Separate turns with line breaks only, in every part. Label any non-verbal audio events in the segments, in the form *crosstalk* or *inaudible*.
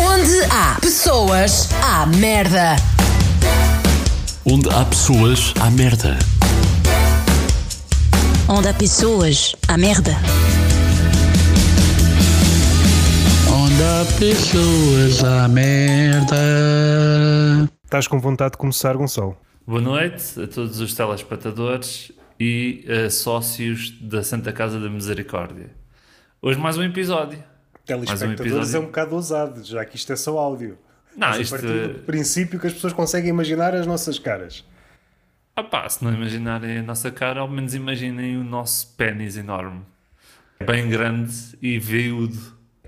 Onde há pessoas, há merda.
Onde há pessoas, há merda.
Onde há pessoas, há merda.
Onde há pessoas, há merda.
Estás com vontade de começar, Gonçalo?
Boa noite a todos os telespectadores e eh, sócios da Santa Casa da Misericórdia. Hoje mais um episódio.
Telespectadores
episódio.
é um bocado ousado, já que isto é só áudio.
Não,
Mas
isto-
A partir do princípio que as pessoas conseguem imaginar as nossas caras.
Ah pá, se não imaginarem a nossa cara, ao menos imaginem o nosso pênis enorme. Bem grande e veiudo,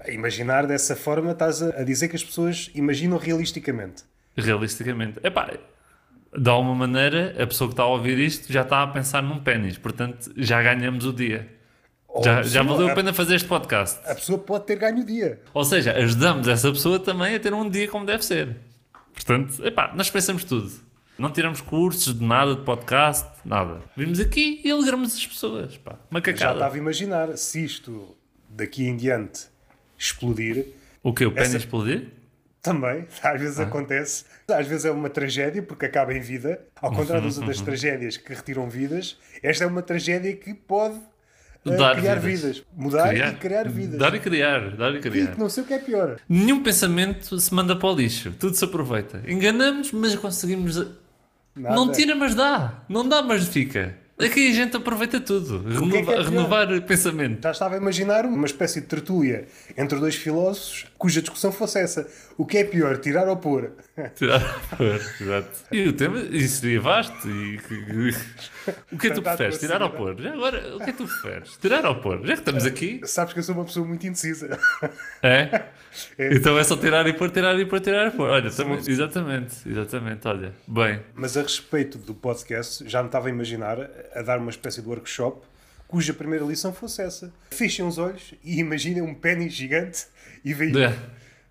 A Imaginar dessa forma estás a a dizer que as pessoas imaginam realisticamente.
realisticamente. É pá, de alguma maneira, a pessoa que está a ouvir isto já está a pensar num pênis, portanto já ganhamos o dia.
Ou
Já,
a
já
pessoa-
valeu a pena fazer este podcast.
A pessoa pode ter ganho o dia.
Ou seja, ajudamos essa pessoa também a ter um dia como deve ser. Portanto, epá, nós pensamos tudo. Não tiramos cursos de nada, de podcast, nada. Vimos aqui e alegramos as pessoas. Pá. Uma
Já
cacada.
estava a imaginar se isto daqui em diante explodir.
O que? O pênis
Essa-
explodir?
Também, às vezes acontece. Às vezes é uma tragédia porque acaba em vida. Ao contrário das outras tragédias que retiram vidas, esta é uma tragédia que pode eh,
Dar
criar
vidas.
vidas. Mudar e criar vidas.
Dar e criar. Dar e
E
criar.
que não sei o que é pior.
Nenhum pensamento se manda para o lixo. Tudo se aproveita. Enganamos, mas conseguimos.
Nada.
Não tira, mas dá. Não dá, mas fica. Aqui a gente aproveita tudo.
que é
Renova,
que é pior?
renovar pensamento.
Já estava a imaginar uma espécie de tertúlia entre dois filósofos cuja discussão fosse essa. O que é pior, tirar ou pôr?
Tirar a cor, exato. E o tema, isso seria vasto. E... O que é que tu
Tentar
preferes? Tirar ou pôr? Já agora, o que é que tu preferes? Tirar ou pôr? Já que estamos aqui,
Sabes que eu sou uma pessoa muito indecisa.
é?
É.
Então é só tirar e pôr, tirar e pôr, tirar e pôr. Olha, também- exatamente, exatamente, olha. Bem,
Mas a respeito do podcast, já me estava a imaginar a dar uma espécie de workshop cuja primeira lição fosse essa. Fechem os olhos e imaginem um pênis gigante e veio.
É.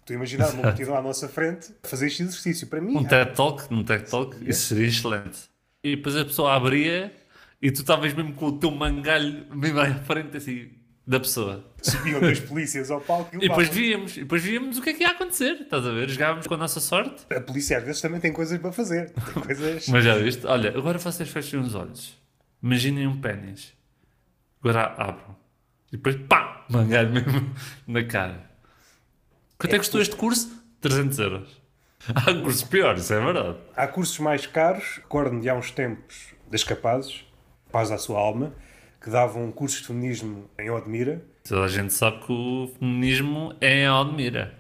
Tu imaginar uma multidão à nossa frente a fazer este exercício. Para mim,
um TED Talk, um TED Talk, isso seria excelente. E depois a pessoa abria e tu estavas mesmo com o teu mangalho mesmo à frente assim, da pessoa.
subiam dois polícias ao palco e,
E depois
levavam.
víamos, e depois víamos o que é que ia acontecer, estás a ver? Jogávamos com a nossa sorte.
A polícia às vezes também tem coisas para fazer. Tem coisas...
Mas já viste? Olha, agora vocês fechem os olhos. Imaginem um pênis. Agora abram. E depois, pá! Mangar *laughs* mesmo na cara. Quanto é que custou este curso? 300 euros. Há cursos piores, é verdade.
Há cursos mais caros, recordo-me de há uns tempos das Capazes, Paz à Sua Alma, que davam cursos de feminismo em Odmira,
Toda a gente sabe que o feminismo é em Almira.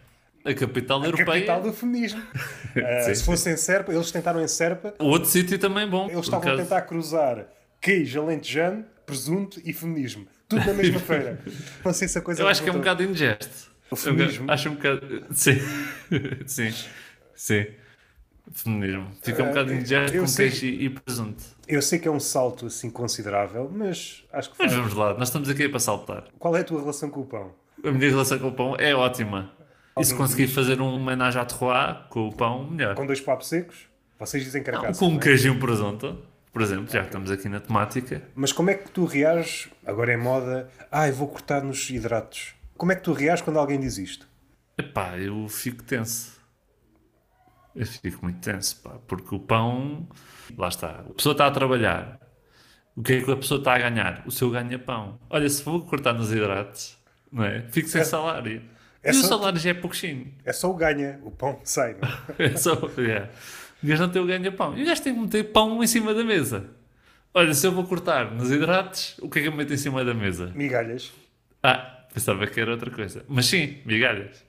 A capital europeia.
capital do feminismo. Ah,
*laughs* Sim,
se
sim.
fosse em Serpa, eles tentaram em Serpa,
é Outro sítio também bom.
Eles
por
estavam a
acaso.
tentar cruzar queijo alentejano, presunto e feminismo. Tudo na
*laughs*
mesma feira. Não sei se a coisa
Eu acho que é um
resultou.
bocado indigesto.
O
É um bocado-
feminismo.
Acho um bocado. Sim. *laughs* Sim. Sim. Feminismo. Fica um bocado indigesto
É, eu
com
sei-
queijo e e presunto.
Eu sei que é um salto assim considerável, mas acho que
Mas
faz.
vamos lá, nós estamos aqui para saltar.
Qual é a tua relação com o pão?
A minha relação com o pão é ótima. E se conseguir fazer um homenagem à terroir com o pão, melhor.
Com dois papos secos? Vocês dizem carcaça.
Com um
não é?
queijo e um presunto, por exemplo, já que estamos aqui na temática.
Mas como é que tu reages? Agora é moda. Ai, vou cortar nos hidratos. Como é que tu reages quando alguém diz isto?
Epá, eu fico tenso. Eu fico muito tenso, pá, porque o pão. Lá está. A pessoa está a trabalhar. O que é que a pessoa está a ganhar? O seu ganha-pão. Olha, se vou cortar nos hidratos, não é? Fico sem salário.
é
e o
só-
salário já é pouquinho. *laughs*
É só o ganha, o pão sai. não é?
É só, é. O gajo não tem o ganha-pão. E o gajo tem que meter pão em cima da mesa. Olha, se eu vou cortar nos hidratos, o que é que eu meto em cima da mesa?
Migalhas.
Ah, pensava que era outra coisa. Mas sim, migalhas.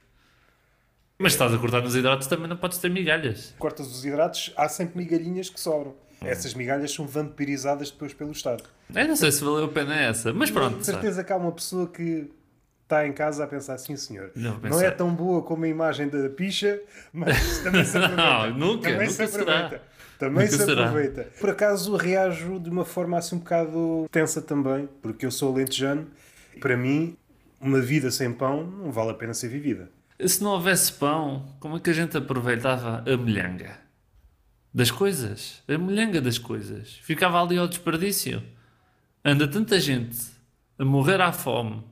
Mas se estás a cortar nos hidratos, também não podes ter migalhas.
Cortas os hidratos, há sempre migalhinhas que sobram.
Hum.
Essas migalhas são vampirizadas depois pelo Estado.
Eu não sei se valeu a pena essa, mas pronto.
De
sabe?
certeza que há uma pessoa que está em casa a pensar assim, senhor. Não,
Não, pensar.
é tão boa como a imagem da picha,
*laughs*
mas também se aproveita.
Não, nunca,
também
nunca
se
será.
aproveita. Também
Nunca
se
será.
aproveita. Por acaso reajo de uma forma assim um bocado tensa também, porque eu sou lentejano. Para mim, uma vida sem pão não vale a pena ser vivida.
Se não houvesse pão, como é que a gente aproveitava a melhanga? Das coisas. A melhanga das coisas. Ficava ali ao desperdício. Anda tanta gente a morrer à fome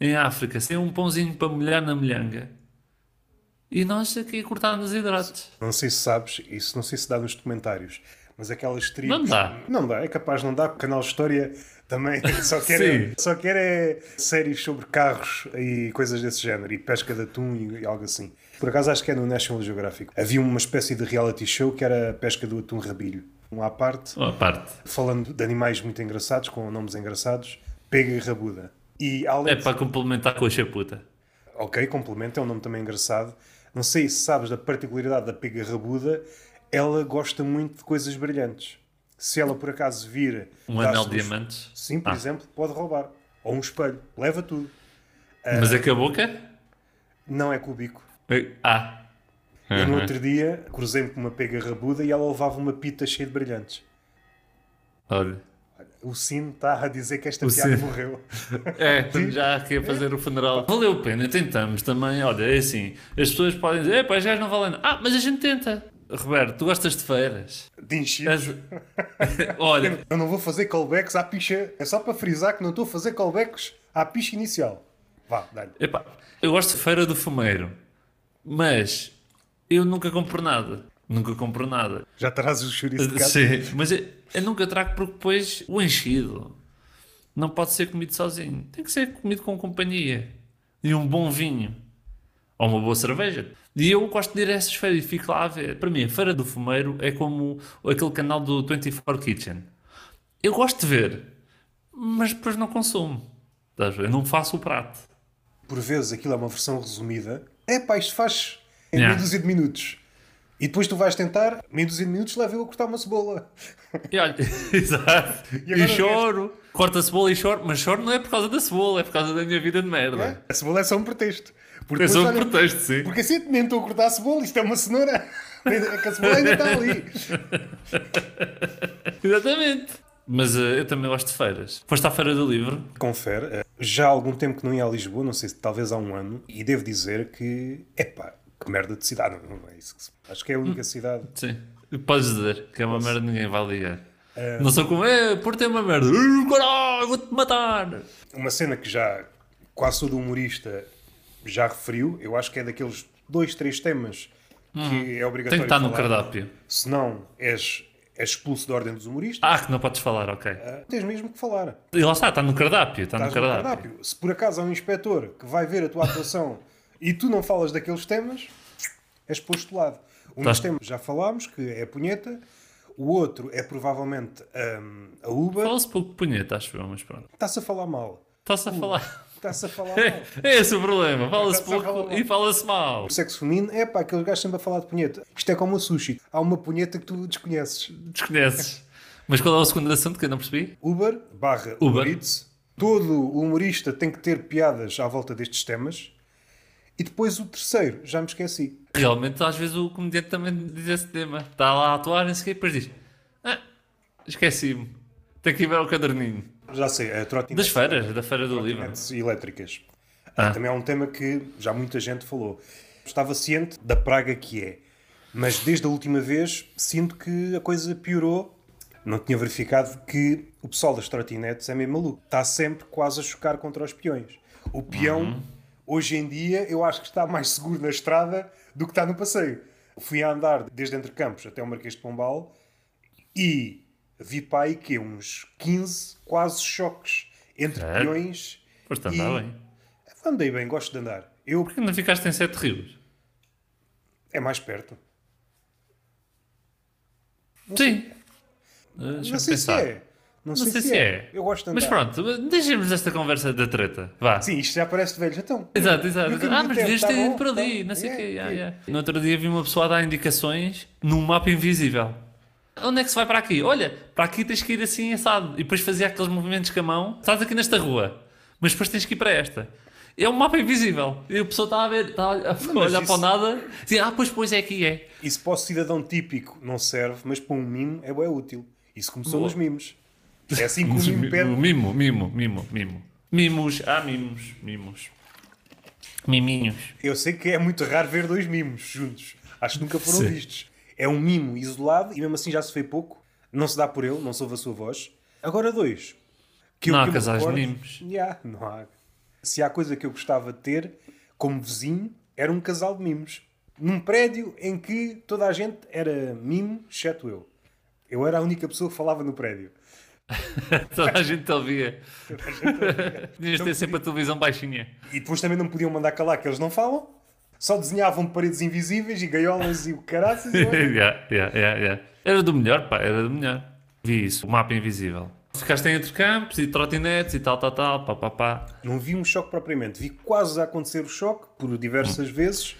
em África sem um pãozinho para molhar na melhanga. E nós aqui a cortar nos hidratos.
Não sei se sabes, isso não sei se dá nos documentários, mas aquelas tribos.
Não dá.
Não dá, é capaz de não dar, porque o canal História também *laughs* só quer,
Sim.
só quer é séries sobre carros e coisas desse género, e pesca de atum e, e algo assim. Por acaso acho que é no National Geographic. Havia uma espécie de reality show que era a pesca do atum rabilho. Um à parte,
Uma parte.
falando de animais muito engraçados, com nomes engraçados, pega e rabuda. E
É
além de-
para complementar com a chaputa.
Ok, complemento, é um nome também engraçado. Não sei se sabes da particularidade da pega rabuda, ela gosta muito de coisas brilhantes. Se ela por acaso vir.
Um
dar-se
anel de
nos-
diamantes.
Sim, por
Ah.
exemplo, pode roubar. Ou um espelho, leva tudo.
Mas é que a boca?
Não é com o bico.
É- Ah.
Eu no outro dia cruzei-me com uma pega rabuda e ela levava uma pita cheia de brilhantes.
Olha.
O sino está a dizer que esta
O
piada
sino.
morreu.
*laughs* É, estamos já aqui a fazer o funeral. Valeu a pena, tentamos também. Olha, é assim, as pessoas podem dizer, epá, os gajos não valem. nada." Ah, mas a gente tenta. Roberto, tu gostas de feiras?
De enchido.
És- *laughs* Olha,
Eu não vou fazer callbacks à picha. É só para frisar que não estou a fazer callbacks à picha inicial. Vá, dá-lhe.
epá, eu gosto de feira do fumeiro, mas eu nunca compro nada. Nunca compro nada.
Já traz o chouriço de casa.
Sim. um Mas eu, eu nunca trago porque depois o enchido não pode ser comido sozinho. Tem que ser comido com companhia e um bom vinho ou uma boa cerveja. E eu gosto de ir a essas feiras e fico lá a ver. Para mim, a Feira do Fumeiro é como aquele canal do 24 Kitchen. Eu gosto de ver, mas depois não consumo. Estás a ver? Eu não faço o prato.
por vezes aquilo é uma versão resumida. É pá, isto faz em
Yeah.
meia dúzia de minutos. E depois tu vais tentar, meia dúzia de minutos leva eu a cortar uma cebola.
E olha, *laughs* exato.
E
E,
agora o é
choro. Corta a cebola e choro. Mas choro não é por causa da cebola, é por causa da minha vida de merda.
A cebola é só um pretexto. Porque
É
depois,
só um
olha,
pretexto, sim.
Porque assim nem estou a cortar a cebola, isto é uma cenoura. *laughs* É que a cebola ainda está ali.
Exatamente. Mas eh, eu também gosto de feiras. Foste à Feira do Livro?
Confere, eh, já há algum tempo que não ia a Lisboa, não sei se talvez há um ano, e devo dizer que, epá, que merda de cidade. Não, não é isso que se- Acho que é a
Hum.
única cidade.
Sim. Podes dizer que é uma merda, ninguém vai ligar. Não sou como, é, Porto é uma merda. "Uh, Caralho, vou-te matar.
Uma cena que já quase todo humorista já referiu, eu acho que é daqueles dois, três temas que é
Uhum. Tem
obrigatório.
que estar no
falar.
cardápio.
Se não, és, és expulso da ordem dos humoristas,
Ah, que não podes falar, ok.
tens mesmo que falar.
E lá está, está no cardápio. Está no
Estás no
cardápio.
cardápio. Se por acaso há um inspetor que vai ver a tua atuação e tu não falas daqueles temas, és postulado. Um dos
Tá.
temas já falámos, que é a punheta, o outro é provavelmente hum, a Uber.
Fala-se pouco de punheta, acho eu, mas pronto.
Está-se a falar mal.
Está-se a falar. *laughs*
Está-se a falar mal.
É, é esse o problema. Fala-se
Está-se a falar
pouco
mal.
e fala-se mal.
O sexo feminino é pá, aqueles gajos sempre a falar de punheta. Isto é como o sushi. Há uma punheta que tu desconheces.
Desconheces. Mas qual é o segundo assunto que eu não percebi?
Uber barra
Uber.
Uber Eats. Todo o humorista tem que ter piadas à volta destes temas. E depois o terceiro, já me esqueci.
Realmente, às vezes o comediante também diz esse tema. Está lá a atuar, não sei o quê, e depois diz: Ah, esqueci-me. Tenho que ir ver o caderninho.
Já sei, é
Das
trotinetes
feiras, da Feira do Livro.
trotinetes elétricas.
Ah.
Também é um tema que já muita gente falou. Estava ciente da praga que é. Mas desde a última vez sinto que a coisa piorou. Não tinha verificado que o pessoal das trotinetes é meio maluco. Está sempre quase a chocar contra os peões. O peão, hoje em dia, eu acho que está mais seguro na estrada do que está no passeio. Fui a andar desde Entre Campos até o Marquês de Pombal e vi para aí que uns 15 quase choques entre
Certo.
peões.
Portanto,
e-
está bem.
Andei bem, gosto de andar. Eu
Porquê não ficaste em Sete Rios?
é mais perto.
Sim.
Não sei se é. Não,
Não sei se é.
Eu gosto de andar.
Mas pronto, deixemos esta conversa da treta. Vá.
Sim, isto já parece de velho. Então,
Exato, exato.
Eu queria
Ah, mas
ter,
devias
tá
ter ido
bom,
por ali,
tá.
não sei o
É,
quê.
é.
yeah, yeah. No outro dia vi uma pessoa a dar indicações num mapa invisível. Onde é que se vai para aqui? Olha, para aqui tens que ir assim assado. E depois fazia aqueles movimentos com a mão. Estás aqui nesta rua, mas depois tens que ir para esta. É um mapa invisível. E a pessoa está a ver, está a olhar, a olhar
isso-
para o nada. Dizia, ah, pois, pois, é aqui, é.
isso para o cidadão típico não serve, mas para um mimo é bem útil. Isso começou
Boa.
nos
*laughs*
mimos. É assim que o mimo pede.
Mimo, mimo, mimo, mimo. Mimos, ah, mimos, mimos. Miminhos.
Eu sei que é muito raro ver dois mimos juntos. Acho que nunca foram
Sim.
vistos. É um mimo isolado e mesmo assim já se vê pouco. Não se dá por ele, não se ouve a sua voz. Agora dois. Que
Não há
que me
casais de
recordo-
mimos.
Ya, não há. Se há coisa que eu gostava de ter como vizinho, era um casal de mimos. num prédio em que toda a gente era mimo, exceto eu. Eu era a única pessoa que falava no prédio.
Toda a gente te ouvia. Tinhas de ter sempre a televisão baixinha.
E depois também não podiam mandar calar que eles não falam. Só desenhavam paredes invisíveis e gaiolas e o caraças. e olha.
*laughs* Yeah, yeah, yeah, yeah. Era do melhor, pá, era do melhor. Vi isso, o mapa invisível. Ficaste entre campos e trotinetes e tal, tal, tal, pá, pá, pá.
Não vi um choque propriamente. Vi quase a acontecer o choque por diversas vezes.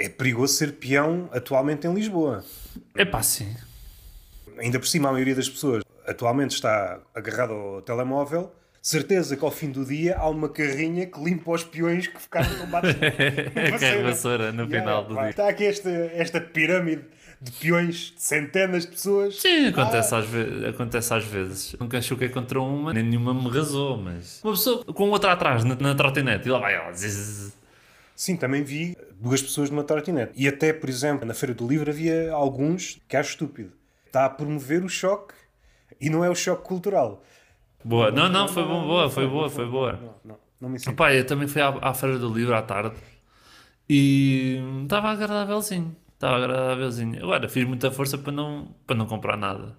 É perigoso ser peão atualmente em Lisboa.
É pá, sim.
Ainda por cima, a maioria das pessoas atualmente está agarrada ao telemóvel. Certeza que ao fim do dia há uma carrinha que limpa os peões que ficaram no
*laughs*
bate
Com a vassoura no final do dia.
Está aqui esta, esta pirâmide de peões de centenas de pessoas.
Sim, acontece, às ve- acontece às vezes. Nunca choquei contra uma, nem nenhuma me rasou, mas. Uma pessoa com outra atrás na, na trotinete e lá vai ela. zzz.
Sim, também vi duas pessoas numa trotinete. E até, por exemplo, na Feira do Livro havia alguns que acho estúpido. Está a promover o choque e não é o choque cultural.
Boa, não, não, foi bom, boa, foi boa, foi boa.
Não, não, não me ensino.
Pá, eu também fui à, à Feira do Livro à tarde e estava agradávelzinho. Estava agradávelzinho. Agora, fiz muita força para não, para não comprar nada.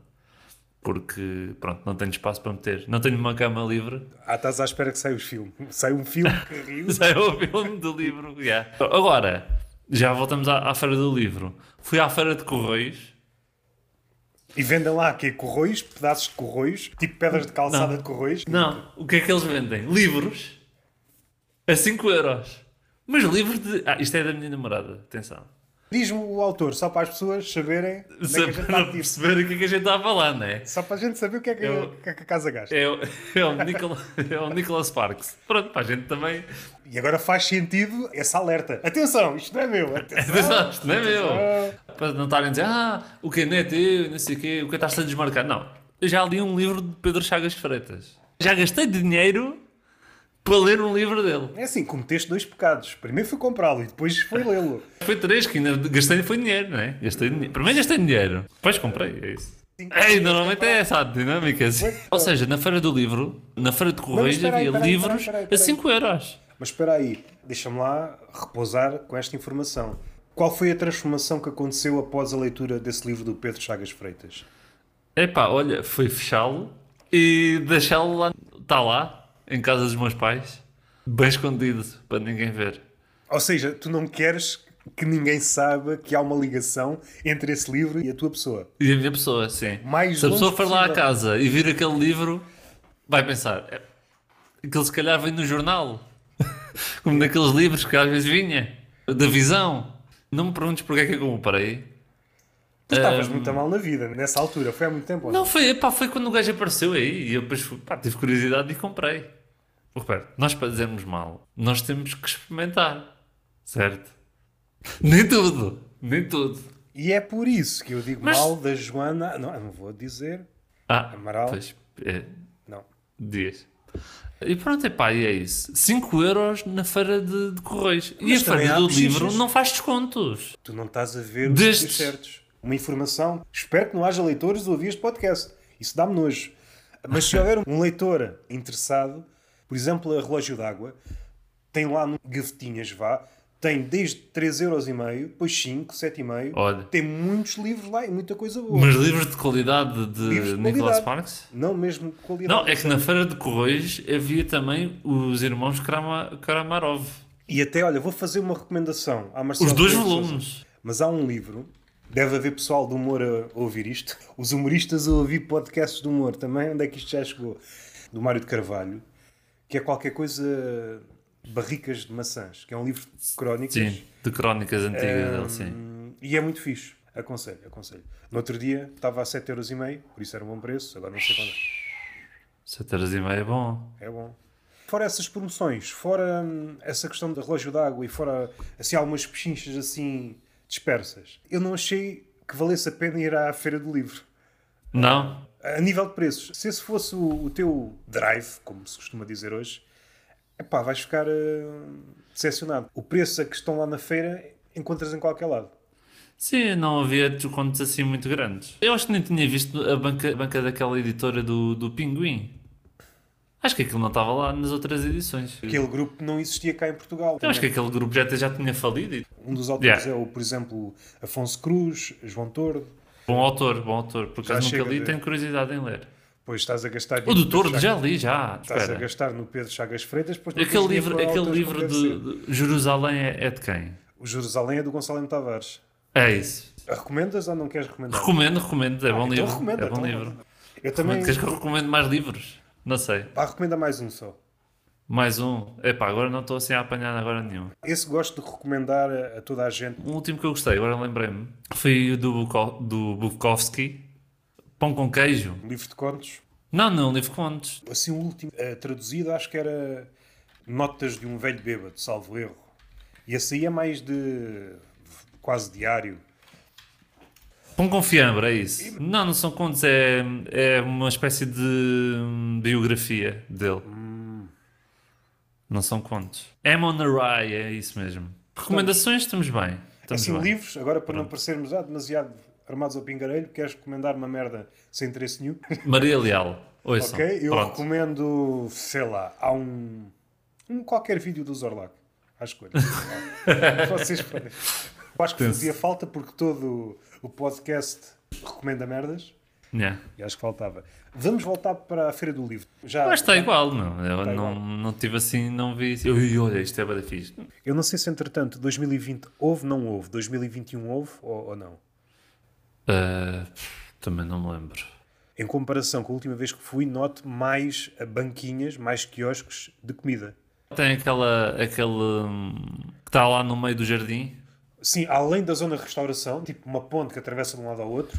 Porque, pronto, não tenho espaço para meter. Não tenho uma cama livre. *laughs*
Ah, estás à espera que saia o filme. *laughs* Sai um filme que riu.
Sai é o filme do livro. yeah. Agora, já voltamos à, à Feira do Livro. Fui à Feira de Correios.
E vendem lá que é corroios, pedaços de corroios, tipo pedras de calçada
Não.
de corroios.
Não, o que é que eles vendem? Livros a 5 euros. Mas livros de. Ah, isto é da minha namorada, atenção.
Diz-me o autor, só para as pessoas saberem onde é que a gente
Só
está
para
a tirar.
perceber o que é que a gente está a falar, não é?
Só para a gente saber o que é que,
Eu-
o que é que a casa gasta.
É o, *laughs* é, o Nicola- é o Nicholas Parks. Pronto, para a gente também. *laughs*
E agora faz sentido essa alerta. Atenção, isto não é meu. Atenção.
Atenção, isto não é meu. Para não estarem a dizer, ah, o que é neto, eu, não sei o quê, o que estás a desmarcar. Não, eu já li um livro de Pedro Chagas Freitas. Já gastei dinheiro para ler um livro dele.
É assim, cometeste dois pecados. Primeiro foi comprá-lo e depois foi lê-lo.
Foi três que ainda gastei, foi dinheiro, não é? Gastei dinheiro. Primeiro gastei dinheiro, depois comprei, é isso. Ei, normalmente é essa a dinâmica. Assim. Ou seja, na Feira do Livro, na Feira de Correios,
espera aí,
havia
espera aí,
livros
espera aí,
a
espera aí.
5 euros.
Mas espera aí, deixa-me lá repousar com esta informação. Qual foi a transformação que aconteceu após a leitura desse livro do Pedro Chagas Freitas?
Epá, olha, fui fechá-lo e deixá-lo lá. Está lá, em casa dos meus pais, bem escondido, para ninguém ver.
Ou seja, tu não queres que ninguém saiba que há uma ligação entre esse livro e a tua pessoa.
E a minha pessoa, sim.
Mais
se a
longe
pessoa for lá à
possível.
casa e vir aquele livro, vai pensar, "É, aquele se calhar vem no jornal, *laughs* como naqueles livros que às vezes vinha, da visão. Não me perguntes porque é que eu comprei.
Tu estavas muito a mal na vida nessa altura, foi há muito tempo. ou
Não, foi, epá, foi quando o gajo apareceu aí e eu depois fui- pá, tive curiosidade e comprei. Roberto, nós para dizermos mal, nós temos que experimentar, certo? Nem tudo, nem tudo.
E é por isso que eu digo
Mas-
mal da Joana. Não, eu não vou dizer.
Ah,
Amaral.
pois, é,
Não.
dias. E pronto, epá, e é isso. 5 euros na feira de, de Correios. e a
Mas também
feira
há
do
bochichas.
livro não faz descontos.
Tu não estás a ver os
Destes.
sítios certos. Uma informação. Espero que não haja leitores a ouvir este podcast. Isso dá-me nojo. Mas se houver um leitor interessado, por exemplo, a Relógio d'Água, tem lá no Gavetinhas, vá, tem desde 3,5€, depois 5, 7,5€.
Olha.
Tem muitos livros lá e muita coisa boa.
Mas livros de qualidade de
Oh. Livros de
Nicholas
qualidade.
Parks?
Não mesmo qualidade.
Não, é que na feira de Correios havia também os irmãos Krama- Kramarov.
E até, olha, vou fazer uma recomendação à Marcelo
Os dois
Rebelo de Sousa.
volumes.
Mas há um livro, deve haver pessoal de humor a ouvir isto, *laughs* os humoristas a ouvir podcasts de humor também, onde é que isto já chegou? Do Mário de Carvalho, que é qualquer coisa Barricas de Maçãs, que é um livro de crónicas
Sim, de crónicas antigas dele, sim.
e é muito fixe. Aconselho, aconselho. No outro dia estava a 7,5€, por isso era um bom preço, agora não sei quando é.
Sete horas e meia é bom.
É bom. Fora essas promoções, fora hum, essa questão do relógio d'água e fora assim, algumas pechinchas assim dispersas, eu não achei que valesse a pena ir à Feira do Livro.
Não?
A nível de preços, se esse fosse o, o teu drive, como se costuma dizer hoje, epá, vais ficar hum, decepcionado. O preço a que estão lá na feira encontras em qualquer lado.
Sim, não havia descontos assim muito grandes. Eu acho que nem tinha visto a banca, a banca daquela editora do, do Pinguim. Acho que aquilo não estava lá nas outras edições.
Aquele grupo não existia cá em Portugal. né?
Eu acho Então, que aquele grupo já, já tinha falido. e-
Um dos autores
Yeah.
é, o, por exemplo, Afonso Cruz, João Tordo.
Bom autor, bom autor. Por
Já
acaso
chega
nunca li,
de-
tenho curiosidade em ler.
Pois estás a gastar.
O
dinheiro
do
no
Tordo,
Pedro
já
Chagas-
li, já.
Estás a
Espera.
gastar no Pedro Chagas Freitas. Pois não tens
Aquele
dinheiro
livro,
para
aquele
autores
livro
como deve ser.
de, de Jerusalém é, é de quem?
O Jerusalém é do Gonçalo M. Tavares.
É isso.
Recomendas ou não queres recomendar?
Recomendo, recomendo. É bom
então
livro.
recomenda,
é bom
então.
livro.
Eu
Também...
também.
Queres que eu recomendo mais livros? Não sei.
Pá, recomenda mais um só.
Mais um. Epá, agora não estou assim a apanhar agora nenhum.
Esse gosto de recomendar a, a toda a gente.
Um último que eu gostei, agora lembrei-me, foi o do, Buko, do Bukowski. Pão com queijo.
Um livro de contos.
Não, não, livro de contos.
Assim, o último eh, traduzido acho que era Notas de um Velho Bêbado, salvo erro. E esse aí é mais de. quase diário.
Pão com fiambre, é isso. Não, não são contos, é, é uma espécie de hum, biografia dele. Hum. Não são contos. I'm on a Rye, é isso mesmo. Recomendações, estamos bem. Estamos
assim,
bem.
livros, agora para não parecermos ah, demasiado armados ao pingarelho, queres recomendar uma merda sem interesse
*laughs*
nenhum?
Maria Leal. Ouçam.
ok? Eu
Pronto.
recomendo, sei lá, há um. um qualquer vídeo do Zorlac. Acho
*laughs*
que Vocês podem. Eu acho que fazia falta porque todo o podcast recomenda merdas.
Yeah.
E acho que faltava. Vamos voltar para a Feira do Livro. Já,
Mas está igual, não. Eu
é. Está
não,
igual.
não tive assim, não vi. assim, Ui, olha, isto é bada fixe.
Eu não sei se, entretanto, 2020 houve, não houve. 2021 houve ou, ou não.
Ah, também não me lembro.
Em comparação com a última vez que fui, noto mais banquinhas, mais quiosques de comida.
Tem aquela, aquele hum, que está lá no meio do jardim.
Sim, além da zona de restauração, tipo uma ponte que atravessa de um lado ao outro,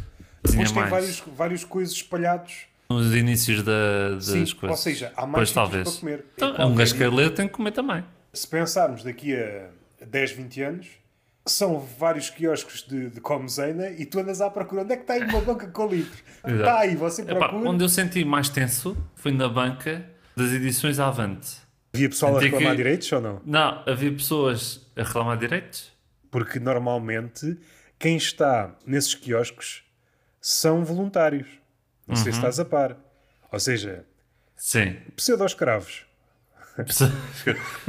Tinha
depois tem
mais.
vários, vários coisas espalhados.
Nos inícios da, das
Sim,
coisas.
ou seja, há mais
Pois,
sítios
talvez.
para comer.
Então,
Em
é um gajo que
qualquer-
lê, tem que comer também.
Se pensarmos daqui a 10, 20 anos, são vários quiosques de, de comezeina e tu andas à procura. Onde é que está aí uma banca com litro? Está Tá aí, você
Epá,
procura.
onde eu senti mais tenso foi na banca das edições Avante.
Havia pessoal a
Tem que-
reclamar direitos ou não?
Não, havia pessoas a reclamar direitos.
Porque normalmente quem está nesses quiosques são voluntários. Não
Uhum.
sei se estás a par. Ou seja, *laughs*
Sim.
pseudo-escravos.
Pessoas-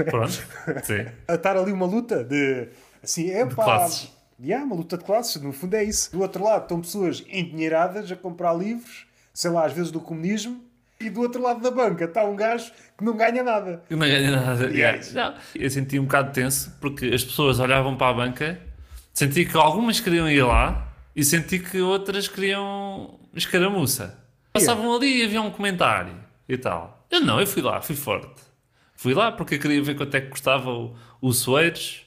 Pronto. Sim.
a estar ali uma luta de assim, é pá.
classes.
Yeah, uma luta de classes, no fundo é isso. Do outro lado estão pessoas endinheiradas a comprar livros, sei lá, às vezes do comunismo, e do outro lado da banca está um gajo que não ganha nada.
Eu Não ganhei nada.
E
Yeah.
é isso.
Não, eu senti um bocado tenso porque as pessoas olhavam para a banca, senti que algumas queriam ir lá e senti que outras queriam escaramuça. Passavam ali e havia um comentário e tal. Eu não, eu fui lá, fui forte. Fui lá porque eu queria ver quanto é que custava o, o Soeiros,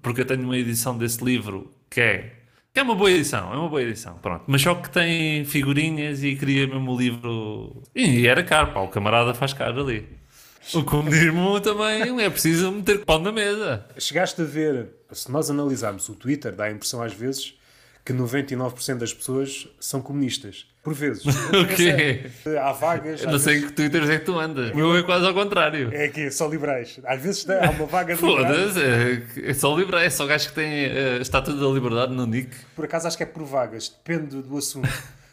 porque eu tenho uma edição desse livro que é. Que é uma boa edição, é uma boa edição, pronto. Mas só que tem figurinhas e queria mesmo o livro. E era caro, pá, o camarada faz caro ali. O comunismo também é preciso meter pão na mesa.
Chegaste a ver, se nós analisarmos o Twitter, dá a impressão às vezes que 99% das pessoas são comunistas. Por
*laughs*
vezes.
O quê?
Há vagas.
Eu não
às
sei em
vezes-
que twitters é que tu andas. O meu é quase ao contrário.
É que só liberais. Às vezes dá- há uma vaga de liberais.
Foda-se, é- é só livre, é só gajo que tem eh, a estátua da liberdade no nick.
Por acaso acho que é por vagas, depende do assunto.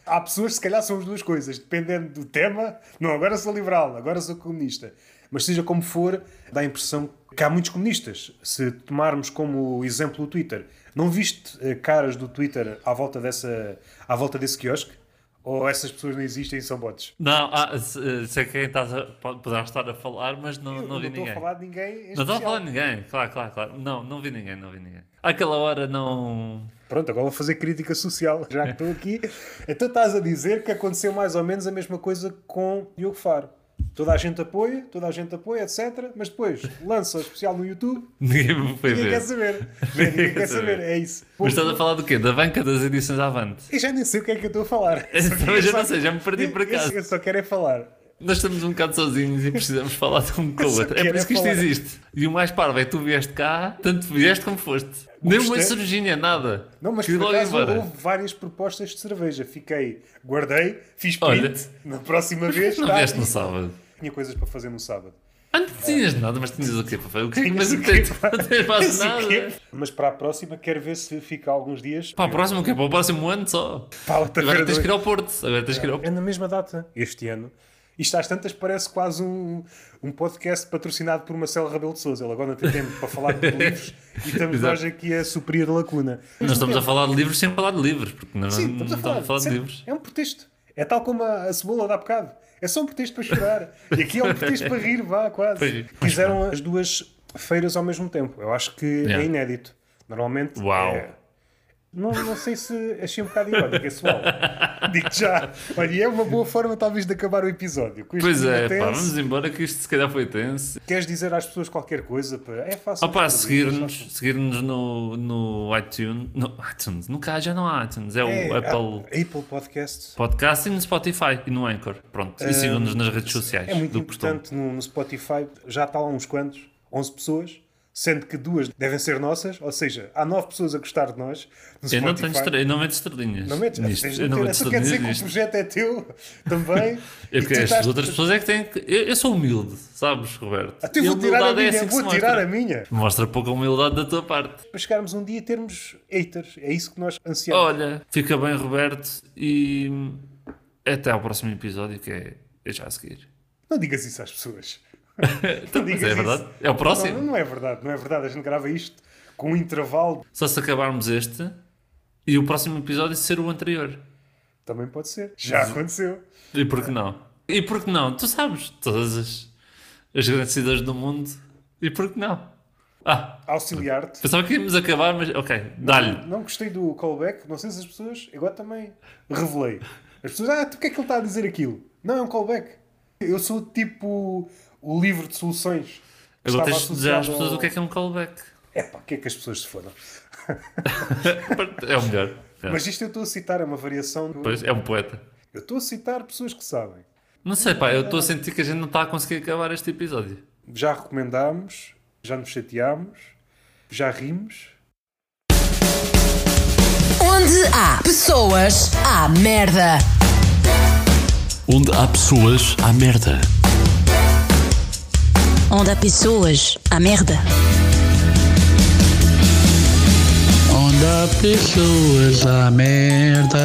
Há pessoas que se calhar são as duas coisas, dependendo do tema. Não, agora sou liberal, agora sou comunista. Mas seja como for, dá a impressão que há muitos comunistas. Se tomarmos como exemplo o Twitter, não viste eh, caras do Twitter à volta, dessa, à volta desse quiosque? Ou essas pessoas não existem e são bots?
Não, ah, se- sei quem estás a, pode- poderás estar a falar, mas não,
Eu
não vi
estou
ninguém.
a falar de ninguém. em
Não estou a
especial.
falar de ninguém, claro, claro, claro. Não, não vi ninguém, não vi ninguém. Àquela hora não. *laughs*
Pronto, agora vou fazer crítica social, já que estou aqui. Então estás a dizer que aconteceu mais ou menos a mesma coisa com Diogo Faro. Toda a gente apoia, toda a gente apoia, etc. Mas depois lança o especial no YouTube
Ninguém me
e
foi
ninguém quer
ver.
saber. Ninguém quer saber, é isso.
Mas estás a falar do quê? Da banca das
*laughs*
edições Avante.
Eu já nem sei o que é que eu estou a falar.
Também já
Só-
não sei, já me perdi por
Eu- eu-
acaso.
Eu só quero é falar.
Nós estamos um bocado sozinhos e precisamos *laughs* falar de um com o
só
outro. É por
quero
isso que isto
falar.
existe. E o mais parvo é que tu vieste cá, tanto vieste como foste. Nem uma
Gostei.
cervejinha, nada.
Não, mas
Quis
por
logo ir
acaso
embora.
houve várias propostas de cerveja. Fiquei, guardei, fiz print.
Olha.
Na próxima vez.
*laughs* Não
tá
vieste no
aqui.
sábado.
Tinha coisas para fazer no sábado.
Antes não tinhas nada, mas tinhas o quê para fazer? O que mas
Tinhas
o
o
quê?
quê
*laughs* Não tens mais
Mas o quê?
nada.
Mas para a próxima quero ver se fica alguns dias.
Para o próximo, o quê? Para o próximo ano só.
Para a outra
Agora
feira
tens
do-
que ir ao Porto. Agora tens que ir ao
É na mesma data, este ano. Isto às tantas parece quase um, um podcast patrocinado por Marcelo Rebelo de Sousa. Ele agora não tem tempo para falar
*laughs*
de livros e estamos
Exato.
nós aqui a suprir a lacuna.
Nós estamos a falar de livros sem falar de livros, porque nós
Sim,
não
estamos a falar.
de
Sim,
livros.
É um pretexto. É tal como a, a cebola dá bocado. É só um pretexto para chorar. e aqui é um pretexto para rir, vá,
Para
quase.
rir.
Fizeram as duas feiras ao mesmo tempo. Eu acho que
Yeah.
é inédito. Normalmente.
Uau.
é- Não, não sei se achei um bocado irónico esse uau. Digo-te já. Olha, e é uma boa forma, talvez, de acabar o episódio. Com isto
Pois
tudo
é, pá,
tenso.
vamos embora que isto se calhar foi tenso.
Queres dizer às pessoas qualquer coisa? Para... É fácil.
Opa,
fazer,
seguir-nos seguir no, no iTunes. No iTunes, nunca já não há iTunes, é,
É,
o Apple
Apple... Apple Podcasts.
Podcast e no Spotify e no Anchor. Pronto, e sigam-nos nas redes sociais
Ah, É muito
do Portão.
importante no, no Spotify, já está lá uns quantos, 11 pessoas, sendo que duas devem ser nossas, ou seja, há 9 pessoas a gostar de nós. No
Eu
Spotify.
não, tenho estre... eu não meto estrelinhas.
Não metes?
nisto.
Tens de
Eu não
meter.
meto
Isso quer dizer
estrelinhas
que o
nisto.
projeto é teu *laughs* também.
Eu
e tu
quero
estás-
É as outras pessoas é que têm que. Eu, eu sou humilde, sabes, Roberto?
Até Ah, vou tirar a
Humildade é
minha,
assim que se
vou
mostra.
tirar a minha.
Mostra pouca humildade da tua parte.
Para chegarmos um dia e termos haters, é isso que nós ansiamos.
Olha, fica bem, Roberto, e até ao próximo episódio que é, é já a seguir.
Não digas isso às
*laughs*
pessoas.
Então, mas
digas
é
isso.
verdade? É o próximo?
Não, não é verdade, não é verdade. A gente grava isto com um intervalo,
Só se acabarmos este e o próximo episódio ser o anterior.
também pode ser. Já aconteceu.
E por que não? E por que não? Tu sabes todas as, as grandes cidades do mundo. E por que não? Ah,
Auxiliar-te.
pensava que íamos acabar, mas ok, dá-lhe.
Não gostei do callback, não sei se as pessoas. Agora também revelei. As pessoas, ah, tu o que é que ele está a dizer aquilo? Não, é um callback. Eu sou tipo o livro de soluções.
Agora tens de dizer às
associado
pessoas
ao-
o que é que é um callback. *laughs*
Epá, o que é que as pessoas se foram?
É o melhor. É.
Mas isto eu estou a citar, é uma variação. do-
Pois, é um poeta.
Eu estou a citar pessoas que sabem.
Não sei, pá, eu estou a sentir que a gente não está a conseguir acabar este episódio.
Já recomendámos, já nos chateámos, já rimos.
Onde há pessoas, há merda.
Onde há pessoas, há merda.
Onde há pessoas, há merda.
Onde há pessoas, há merda.